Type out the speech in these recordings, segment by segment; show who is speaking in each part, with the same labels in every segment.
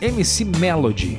Speaker 1: MC Melody.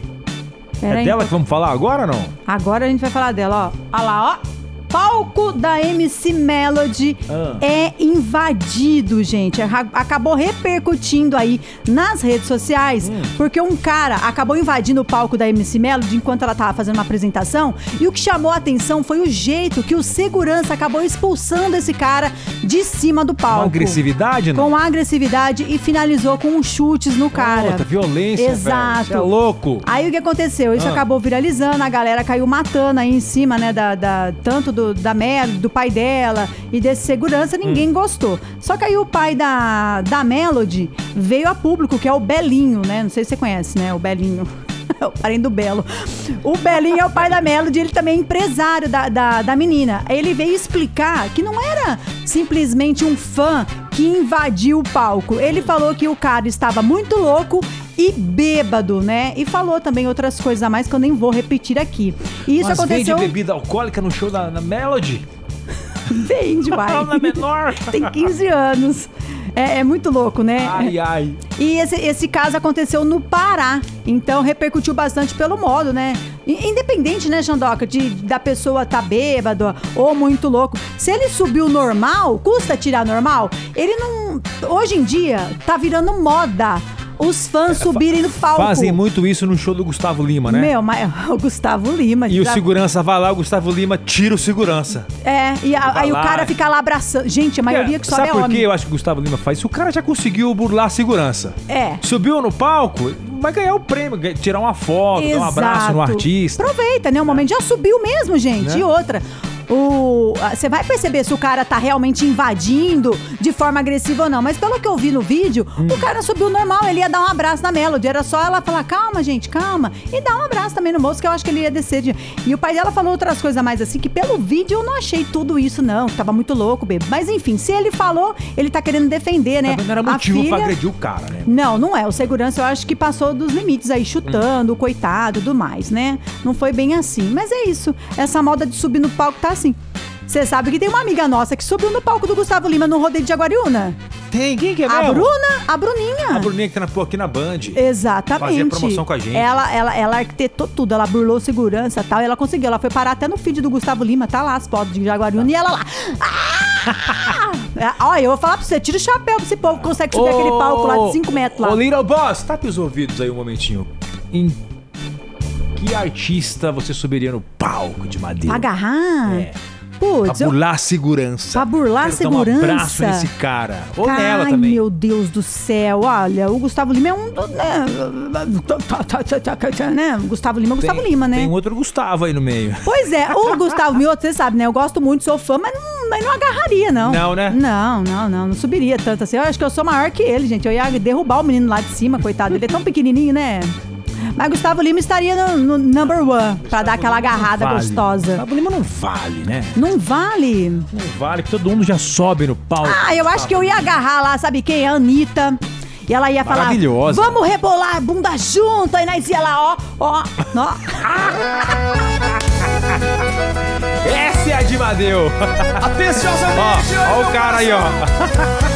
Speaker 2: Pera
Speaker 1: é
Speaker 2: aí,
Speaker 1: dela que vamos falar agora ou não?
Speaker 2: Agora a gente vai falar dela, ó. Olha lá, ó. Palco da MC Melody
Speaker 1: Ah.
Speaker 2: é invadido, gente. Arra- Acabou repercutindo aí nas redes sociais,
Speaker 1: Hum.
Speaker 2: porque um cara acabou invadindo o palco da MC Melody enquanto ela tava fazendo uma apresentação. E o que chamou a atenção foi o jeito que o segurança acabou expulsando esse cara de cima do palco.
Speaker 1: Com agressividade, não?
Speaker 2: Com agressividade e finalizou com uns chutes no cara.
Speaker 1: Puta, violência,
Speaker 2: Exato.
Speaker 1: velho. Você é louco.
Speaker 2: Aí o que aconteceu? Isso
Speaker 1: Ah.
Speaker 2: acabou viralizando, a galera caiu matando aí em cima, né? Da, da- tanto do, da Melody, do pai dela e desse segurança, ninguém gostou. Só que aí o pai da, da Melody veio a público, que é o Belinho, né? Não sei se você conhece, né? O Belinho. É o parente do Belo. O Belinho é o pai da Melody, ele também é empresário da, da, da menina. Ele veio explicar que não era simplesmente um fã que invadiu o palco. Ele falou que o cara estava muito louco e bêbado, né? E falou também outras coisas a mais que eu nem vou repetir aqui. E isso
Speaker 1: Mas
Speaker 2: aconteceu.
Speaker 1: vende bebida alcoólica no show da, da Melody?
Speaker 2: Vende, vai.
Speaker 1: Fala menor.
Speaker 2: Tem 15 anos. É, é muito louco, né?
Speaker 1: Ai, ai.
Speaker 2: E esse, esse caso aconteceu no Pará, então repercutiu bastante pelo modo, né? I- Independente, né, Jandoca, de, da pessoa tá bêbado ou muito louco. Se ele subiu normal, custa tirar normal? Ele não. Hoje em dia, tá virando moda os fãs subirem no palco.
Speaker 1: É, Fazem muito isso no show do Gustavo Lima, né?
Speaker 2: Meu, mas é o Gustavo Lima. tá
Speaker 1: E o
Speaker 2: já-
Speaker 1: segurança vai lá, o Gustavo Lima tira o segurança.
Speaker 2: É, e a-
Speaker 1: Vai
Speaker 2: aí
Speaker 1: lá.
Speaker 2: o cara fica lá abraçando. Gente, a maioria que sobe
Speaker 1: Sabe
Speaker 2: é
Speaker 1: por que
Speaker 2: homem.
Speaker 1: eu acho que o Gustavo Lima faz isso? O cara já conseguiu burlar a segurança.
Speaker 2: É.
Speaker 1: Subiu no palco, vai ganhar o prêmio, ganha- tirar uma foto, dar um abraço no
Speaker 2: Exato.
Speaker 1: artista.
Speaker 2: Aproveita, né? O momento já subiu mesmo, gente.
Speaker 1: Né?
Speaker 2: E outra. O, a- você vai perceber se o cara tá realmente invadindo de forma agressiva ou não. Mas pelo que eu vi no vídeo,
Speaker 1: Hum.
Speaker 2: o cara subiu normal, ele ia dar um abraço na Melody. Era só ela falar, calma, gente, calma. E dar um abraço também no moço, que eu acho que ele ia descer. de- E o pai dela falou outras coisas a mais assim, que pelo vídeo eu não achei tudo isso, não. Tava muito louco, bebê. Mas enfim, se ele falou, ele tá querendo defender, né?
Speaker 1: Mas Não era
Speaker 2: A
Speaker 1: motivo pra
Speaker 2: filha-
Speaker 1: agredir o cara, né?
Speaker 2: Não, não é. O segurança eu acho que passou dos limites aí,
Speaker 1: Hum.
Speaker 2: chutando, coitado, do mais, né? Não foi bem assim. Mas é isso. Essa moda de subir no palco tá assim. Você sabe que tem uma amiga nossa que subiu no palco do Gustavo Lima no rodeio de Jaguariúna?
Speaker 1: Tem, quem que é
Speaker 2: a
Speaker 1: mesmo?
Speaker 2: Bruna, É, a Bruninha.
Speaker 1: A Bruninha que tá na, pô, aqui na Band.
Speaker 2: Exatamente.
Speaker 1: Fazia promoção com a gente.
Speaker 2: Ela, ela, ela arquitetou tudo, ela burlou segurança e tal, e ela conseguiu. Ela foi parar até no feed do Gustavo Lima, tá lá as fotos de Jaguariúna, e ela lá. Ah! É, Olha, eu vou falar pra você, tira o chapéu pra esse povo que consegue subir aquele palco lá de 5 metros lá.
Speaker 1: Ô, Little Boss, tapa os ouvidos aí um momentinho. Em que artista você subiria no palco de madeira?
Speaker 2: Pra agarrar?
Speaker 1: É. Pra
Speaker 2: Putz, eu...
Speaker 1: burlar a segurança.
Speaker 2: Pra burlar a
Speaker 1: Quero Dar um abraço
Speaker 2: segurança.
Speaker 1: nesse cara. Ou nela
Speaker 2: Ai,
Speaker 1: também.
Speaker 2: meu Deus do céu. Olha, o Gustavo Lima é um... do-
Speaker 1: Tá,
Speaker 2: né, Né? Gustavo Lima é Gustavo
Speaker 1: tem,
Speaker 2: Lima, né?
Speaker 1: Tem um- outro Gustavo aí no meio.
Speaker 2: Pois é, o Gustavo Mioto, você sabe, né? Eu gosto muito, sou fã, mas não, mas não agarraria, não.
Speaker 1: Não, né?
Speaker 2: Não, não, não. Não subiria tanto assim. Eu acho que eu sou maior que ele, gente. Eu ia derrubar o menino lá de cima, coitado. Ele é tão pequenininho, né? Mas Gustavo Lima estaria no, no number one, pra dar aquela agarrada
Speaker 1: Vale.
Speaker 2: é gostosa.
Speaker 1: Gustavo Lima não vale, né?
Speaker 2: Não vale.
Speaker 1: Não vale, que todo mundo já sobe no palco.
Speaker 2: Ah, eu acho que eu ia agarrar lá, sabe quem? A Anitta. E ela ia falar:
Speaker 1: Maravilhosa.
Speaker 2: Vamos rebolar a bunda junto. E nós ia lá, ó, ó, ó.
Speaker 1: Essa é a de Madeu.
Speaker 2: Ah.
Speaker 1: é
Speaker 3: Atenciosamente,
Speaker 1: Ó, ó o cara aí, ó.